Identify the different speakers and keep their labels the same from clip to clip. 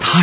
Speaker 1: 他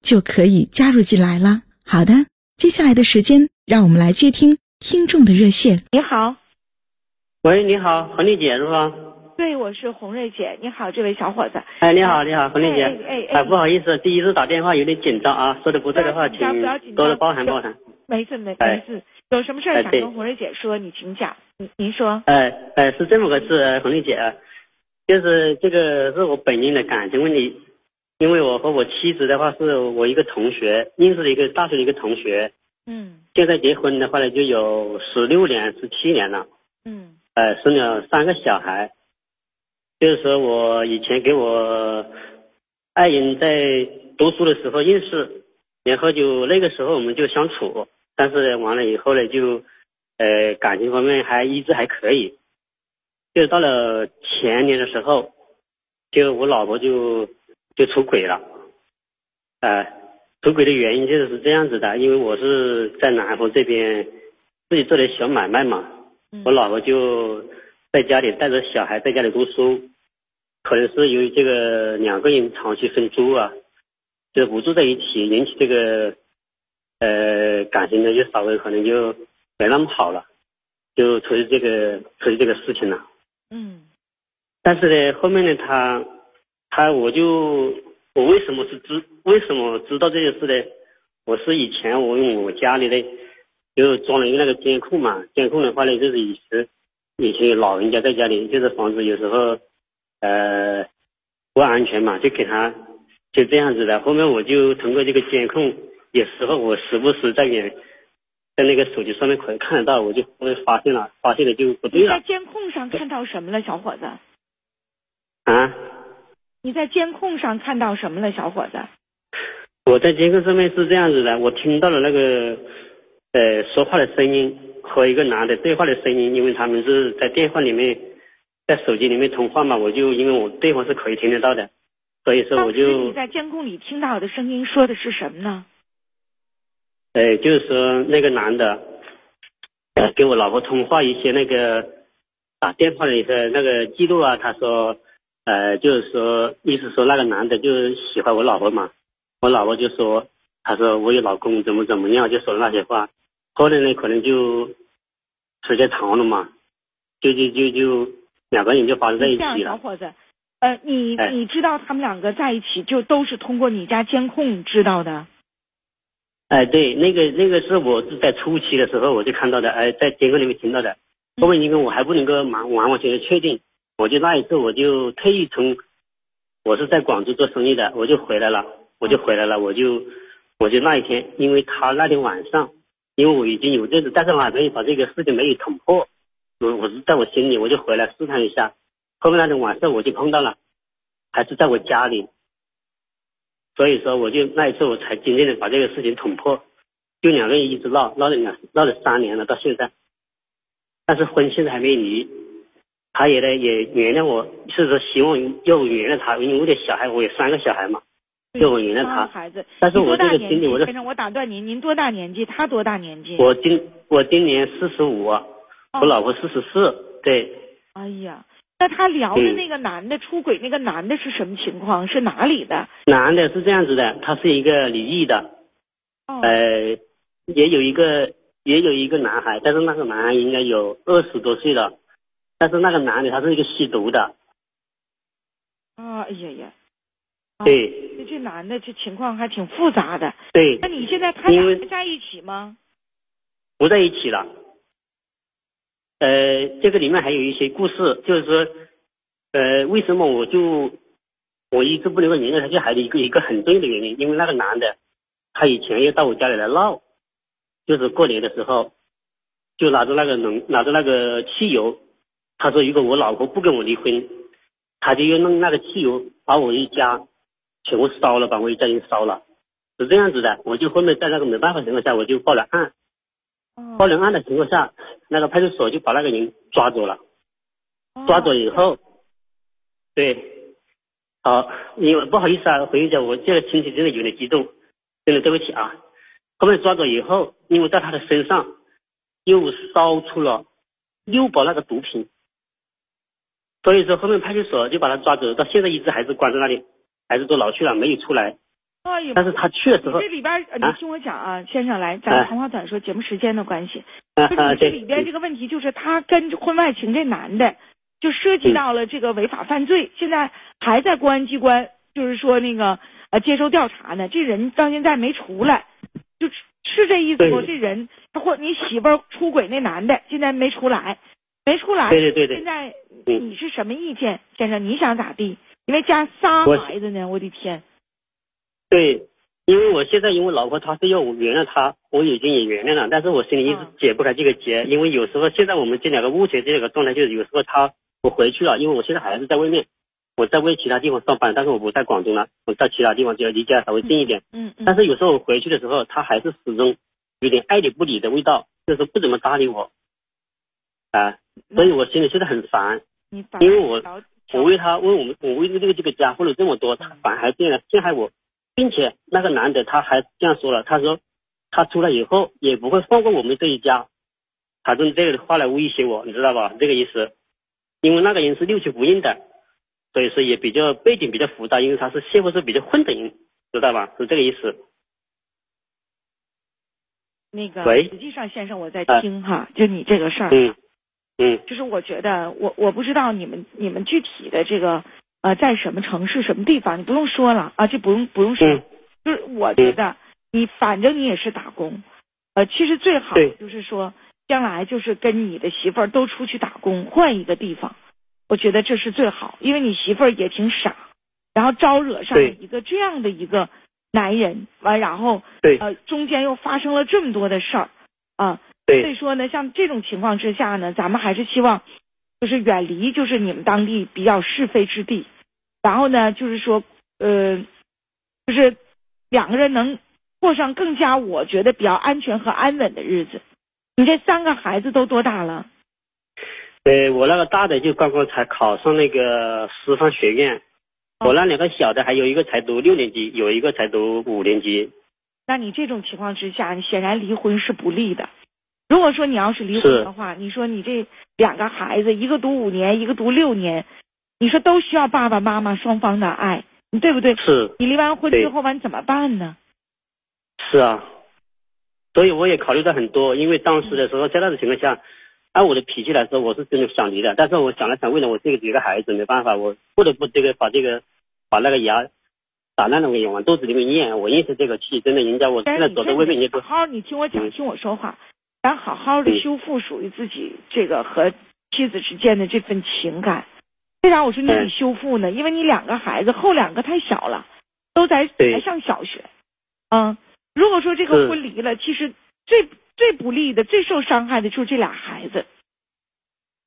Speaker 2: 就可以加入进来了。好的，接下来的时间，让我们来接听听众的热线。
Speaker 3: 你好，
Speaker 4: 喂，你好，红丽姐是吧？
Speaker 3: 对，我是红瑞姐。你好，这位小伙子。
Speaker 4: 哎，你好，你好，红丽姐。
Speaker 3: 哎哎哎
Speaker 4: 哎，不好意思，第一次打电话有点紧张啊，说的不对的话，
Speaker 3: 不
Speaker 4: 请
Speaker 3: 要紧张不要紧张
Speaker 4: 多多包涵包涵。
Speaker 3: 没事没
Speaker 4: 哎
Speaker 3: 没事，有什么事儿
Speaker 4: 哎
Speaker 3: 想
Speaker 4: 对
Speaker 3: 跟红瑞姐说，你请讲。您您说，
Speaker 4: 哎哎，是这么个事，呃红丽姐，就是这个是我本人的感情问题，因为我和我妻子的话是我一个同学，认识的一个大学的一个同学，
Speaker 3: 嗯
Speaker 4: 现在结婚的话呢就有十六年、十七年了。
Speaker 3: 嗯
Speaker 4: 呃，生了三个小孩，就是说我以前给我爱人在读书的时候认识，然后就那个时候我们就相处，但是完了以后呢，就呃感情方面还一直还可以，就到了前年的时候，就我老婆就就出轨了，呃，出轨的原因就是这样子的，因为我是在南方这边自己做点小买卖嘛，
Speaker 3: 嗯，
Speaker 4: 我老婆就在家里带着小孩在家里读书，可能是由于这个两个人长期分租啊，就不住在一起，引起这个呃感情呢就稍微可能就没那么好了，就出现这个出现这个事情了。
Speaker 3: 嗯
Speaker 4: 但是呢，后面呢，他他我就我为什么是知为什么知道这件事呢？我是以前我用我家里的就装了一个那个监控嘛，监控的话呢，就是以前以前老人家在家里就是防止有时候呃不安全嘛，就给他就这样子的。后面我就通过这个监控，有时候我时不时在眼在那个手机上面可以看得到，我就后面发现了，发现了就不对
Speaker 3: 你
Speaker 4: 了
Speaker 3: 在监控上看到什么了，小伙子？
Speaker 4: 啊。
Speaker 3: 你在监控上看到什么了，小伙子？
Speaker 4: 我在监控上面是这样子的，我听到了那个呃说话的声音和一个男的对话的声音，因为他们是在电话里面，在手机里面通话嘛，我就因为我对话是可以听得到的，所以说我
Speaker 3: 当时你
Speaker 4: 就
Speaker 3: 在监控里听到的声音说的是什么呢？
Speaker 4: 呃就是说那个男的、呃、给我老婆通话一些那个打电话的一些那个记录啊，他说呃就是说意思说那个男的就是喜欢我老婆嘛，我老婆就说，她说我有老公怎么怎么样，就说了那些话。后来呢，可能就时间长了嘛，就就就就两个人就发生在
Speaker 3: 你
Speaker 4: 一
Speaker 3: 这样，
Speaker 4: 起
Speaker 3: 小
Speaker 4: 了。
Speaker 3: 伙子，呃，你
Speaker 4: 哎
Speaker 3: 你知道他们两个在一起就都是通过你家监控知道的。
Speaker 4: 哎，对，那个那个是我是在初期的时候我就看到的，哎，在监控里面听到的。后面因为我还不能够完完完全全确定，我就那一次我就特意从，我是在广州做生意的，我就回来了，我就回来了，我就我就那一天，因为他那天晚上，因为我已经有认识，但是我还没有把这个事情没有捅破，我我是在我心里我就回来试探一下，后面那天晚上我就碰到了，还是在我家里，所以说我就那一次我才真正的把这个事情捅破，就两个人一直闹闹了两闹了三年了，到现在，但是婚现在还没离，他也呢也原谅我，是说希望要我原谅他，因为我的小孩我有三个小孩嘛，
Speaker 3: 对
Speaker 4: 要我原谅
Speaker 3: 三个
Speaker 4: 他，
Speaker 3: 嗯孩子，
Speaker 4: 但是
Speaker 3: 你多
Speaker 4: 我这
Speaker 3: 大
Speaker 4: 个
Speaker 3: 年纪？
Speaker 4: 心里我的
Speaker 3: 先生，我打断您，您多大年纪？他多大年纪？
Speaker 4: 我今我今年四十五，啊
Speaker 3: 哦
Speaker 4: 我老婆四十四，对，
Speaker 3: 哎呀，那他聊的
Speaker 4: 嗯
Speaker 3: 那个男的出轨，那个男的是什么情况？是哪里的？
Speaker 4: 男的是这样子的，他是一个离异的，
Speaker 3: 哦，
Speaker 4: 呃，也有一个也有一个男孩，但是那个男孩应该有二十多岁了，但是那个男的他是一个吸毒的，
Speaker 3: 哦啊，哎呀呀，
Speaker 4: 对
Speaker 3: 这男的这情况还挺复杂的。
Speaker 4: 对
Speaker 3: 那，你现在他俩
Speaker 4: 因为
Speaker 3: 还在一起吗？
Speaker 4: 不在一起了。呃，这个里面还有一些故事，就是说，呃，为什么我就我一直不能够原谅他这孩子一个一个很重要的原因，因为那个男的，他以前又到我家里来闹，就是过年的时候，就拿着那个农拿着那个汽油，他说如果我老婆不跟我离婚，他就要弄那个汽油把我一家全部烧了，把我一家人烧了，是这样子的。我就后面在那个没办法情况下，我就报了案。报
Speaker 3: 哦，
Speaker 4: 了案的情况下，那个派出所就把那个人抓住了。
Speaker 3: 哦
Speaker 4: 抓住以后，对，好，因为不好意思啊，回忆一下，我这个情绪真的有点激动，真的对不起啊。后面抓住以后，因为在他的身上又烧出了六包那个毒品，所以说后面派出所就把他抓走，到现在一直还是关在那里，还是坐牢去了，没有出来。
Speaker 3: 哎呦，
Speaker 4: 但是他去的时
Speaker 3: 你
Speaker 4: 候
Speaker 3: 这，里边儿，呃
Speaker 4: 啊
Speaker 3: 你听我讲啊，先生来，咱们
Speaker 4: 哎
Speaker 3: 长话短说，节目时间的关系，
Speaker 4: 啊
Speaker 3: 就是
Speaker 4: 啊，
Speaker 3: 你这
Speaker 4: 对，嗯
Speaker 3: 里边这个问题，就是他跟婚外情这男的，就涉及到了这个违法犯罪，现在还在公安机关，就是说那个呃接受调查呢，这人到现在没出来，就是是这意思不？
Speaker 4: 对
Speaker 3: 这人他或你媳妇儿出轨那男的，现在没出来，没出来，
Speaker 4: 对对对对
Speaker 3: 现，在
Speaker 4: 嗯
Speaker 3: 你是什么意见，先生？你想咋地？因为家仨
Speaker 4: 我
Speaker 3: 孩子呢，我的天，
Speaker 4: 对，因为我现在因为老婆她是要我原谅她，我已经也原谅了，但是我心里一直
Speaker 3: 嗯
Speaker 4: 解不开这个结，因为有时候现在我们这两个目前这两个状态就是有时候她我回去了，因为我现在还是在外面，我在为其他地方上班，但是我不在广州了，我到其他地方就离家稍微近一点，
Speaker 3: 嗯嗯
Speaker 4: 但。是有时候我回去的时候，她还是始终有点爱理不理的味道，就是不怎么搭理我，啊，所
Speaker 3: 嗯
Speaker 4: 以我心里现在很烦，
Speaker 3: 你把
Speaker 4: 因为我
Speaker 3: 调调
Speaker 4: 我为他为我们我为这个这个家付了这么多，他反而还这样陷害我，并且那个男的他还这样说了，他说他出来以后也不会放过我们这一家，他用这个话来威胁我，你知道吧？这个意思，因为那个人是六亲不认的，所以说也比较背景比较复杂，因为他是媳妇是比较混的人，知道吧？是这个意思。
Speaker 3: 那个，
Speaker 4: 喂
Speaker 3: 实际上先生我在
Speaker 4: 哎
Speaker 3: 听哈，就你这个事儿，
Speaker 4: 嗯嗯
Speaker 3: 就是我觉得我我不知道你们你们具体的这个呃在什么城市什么地方，你不用说了啊，这不用不用说，
Speaker 4: 嗯
Speaker 3: 就是我觉得你反正你也是打工，呃，其实最好
Speaker 4: 对
Speaker 3: 就是说将来就是跟你的媳妇儿都出去打工，换一个地方，我觉得这是最好，因为你媳妇儿也挺傻，然后招惹上了
Speaker 4: 对
Speaker 3: 一个这样的一个男人，完然后
Speaker 4: 对
Speaker 3: 呃中间又发生了这么多的事儿啊、所
Speaker 4: 对
Speaker 3: 以说呢，像这种情况之下呢，咱们还是希望就是远离就是你们当地比较是非之地，然后呢，就是说呃，就是两个人能过上更加我觉得比较安全和安稳的日子。你这三个孩子都多大了？
Speaker 4: 呃，我那个大的就刚刚才考上那个师范学院，
Speaker 3: 哦
Speaker 4: 我那两个小的还有一个才读六年级，有一个才读五年级。
Speaker 3: 那你这种情况之下，你显然离婚是不利的。如果说你要是离婚
Speaker 4: 是
Speaker 3: 的话，你说你这两个孩子，一个读五年，一个读六年，你说都需要爸爸妈妈双方的爱，你对不对？
Speaker 4: 是
Speaker 3: 你离完婚
Speaker 4: 对
Speaker 3: 之后完怎么办呢？
Speaker 4: 是啊，所以我也考虑到很多，因为当时的时候在那种情况下，按我的脾气来说，我是真的想离的，但是我想了想，为了我这个几个孩子，没办法，我不得不这个把这个把那个牙打烂了，我也往肚子里面咽，我咽下这口气，真的，人家我
Speaker 3: 但是
Speaker 4: 现在
Speaker 3: 你
Speaker 4: 走到
Speaker 3: 看
Speaker 4: 外面，
Speaker 3: 你
Speaker 4: 人
Speaker 3: 好
Speaker 4: 家
Speaker 3: 好，你听我讲，
Speaker 4: 嗯
Speaker 3: 听我说话，咱好好的
Speaker 4: 嗯
Speaker 3: 修复属于自己这个和妻子之间的这份情感。为啥我说你得
Speaker 4: 嗯
Speaker 3: 修复呢？因为你两个孩子后两个太小了，都在
Speaker 4: 对嗯
Speaker 3: 还上小学。嗯，如果说这个
Speaker 4: 是
Speaker 3: 婚离了，其实最最不利的、最受伤害的就是这俩孩子。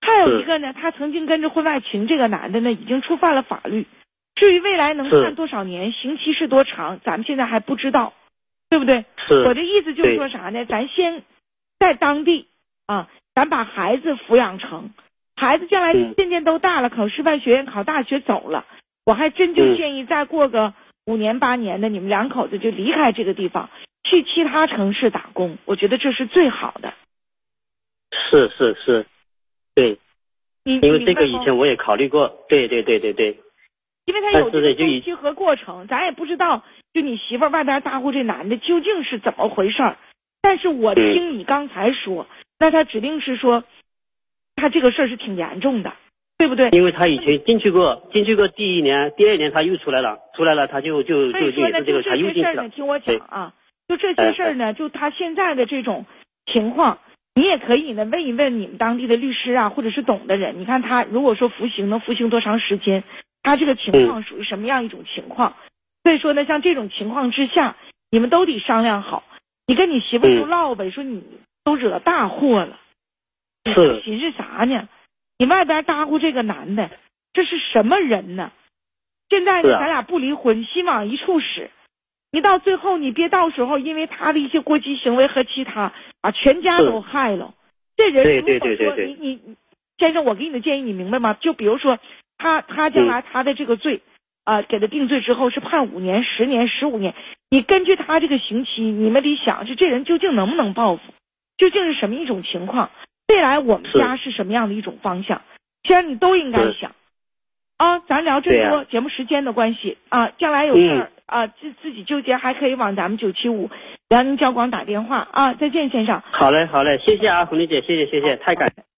Speaker 3: 还有
Speaker 4: 是
Speaker 3: 一个呢，他曾经跟着婚外情这个男的呢，已经触犯了法律。至于未来能
Speaker 4: 是
Speaker 3: 判多少年，刑期是多长，咱们现在还不知道，对不对？我
Speaker 4: 是
Speaker 3: 的意思就是说啥呢？咱先在当地啊，咱把孩子抚养成，孩子将来
Speaker 4: 嗯
Speaker 3: 渐渐都大了，考师范学院、考大学走了，我还真就
Speaker 4: 嗯
Speaker 3: 建议再过个五年八年的，你们两口子就离开这个地方，去其他城市打工，我觉得这是最好的。
Speaker 4: 是是是，对，
Speaker 3: 你
Speaker 4: 因为
Speaker 3: 你
Speaker 4: 这
Speaker 3: 明
Speaker 4: 个
Speaker 3: 白
Speaker 4: 以
Speaker 3: 吗
Speaker 4: 前我也考虑过，对对对对对，
Speaker 3: 因为他
Speaker 4: 但
Speaker 3: 有
Speaker 4: 是
Speaker 3: 这
Speaker 4: 呢
Speaker 3: 个
Speaker 4: 就
Speaker 3: 周
Speaker 4: 以
Speaker 3: 期和过程，咱也不知道，就你媳妇儿外边搭呼这男的究竟是怎么回事儿。但是我
Speaker 4: 嗯
Speaker 3: 听你刚才说，那他指定是说，他这个事儿是挺严重的，对不对？
Speaker 4: 因为他以前进去过，进去过第一年，第二年他又出来了，出来了他就就
Speaker 3: 所
Speaker 4: 就
Speaker 3: 以
Speaker 4: 就
Speaker 3: 说
Speaker 4: 也
Speaker 3: 呢，
Speaker 4: 是这
Speaker 3: 就
Speaker 4: 个他又
Speaker 3: 这些事
Speaker 4: 进去
Speaker 3: 儿
Speaker 4: 了
Speaker 3: 呢，，听我讲啊，就这些事儿呢，就他现在的这种情况，你也可以呢问一问你们当地的律师啊，或者是懂的人，你看他如果说服刑能服刑多长时间，他这个情
Speaker 4: 嗯
Speaker 3: 况属于什么样一种情况？所以说呢，像这种情况之下，你们都得商量好，你跟你媳妇儿就
Speaker 4: 嗯
Speaker 3: 唠呗，说你都惹大祸了，你
Speaker 4: 是
Speaker 3: 寻思啥呢？你外边搭呼这个男的，这是什么人呢？现在
Speaker 4: 是
Speaker 3: 呢，
Speaker 4: 啊
Speaker 3: 咱俩不离婚，心往一处使。你到最后，你别到时候因为他的一些过激行为和其他，把全家
Speaker 4: 是
Speaker 3: 都害了。这人
Speaker 4: 对
Speaker 3: 如果
Speaker 4: 对对对
Speaker 3: 说
Speaker 4: 对
Speaker 3: 你你你先生，我给你的建议你明白吗？就比如说他他
Speaker 4: 嗯
Speaker 3: 将来他的这个罪，啊、给他定罪之后是判五年、十年、十五年。你根据他这个刑期，你们得想是这人究竟能不能报复，究竟是什么一种情况，未来我们
Speaker 4: 是
Speaker 3: 家是什么样的一种方向，其实你都应该
Speaker 4: 是
Speaker 3: 想。啊，咱聊这
Speaker 4: 对
Speaker 3: 么
Speaker 4: 呀嗯
Speaker 3: 多，节目时间的关系啊，将来有事儿、啊，自自己纠结还可以往咱们九七五辽宁交广打电话啊。再见，先生。
Speaker 4: 好嘞好嘞，谢谢啊，红丽姐，谢谢谢谢，太感谢。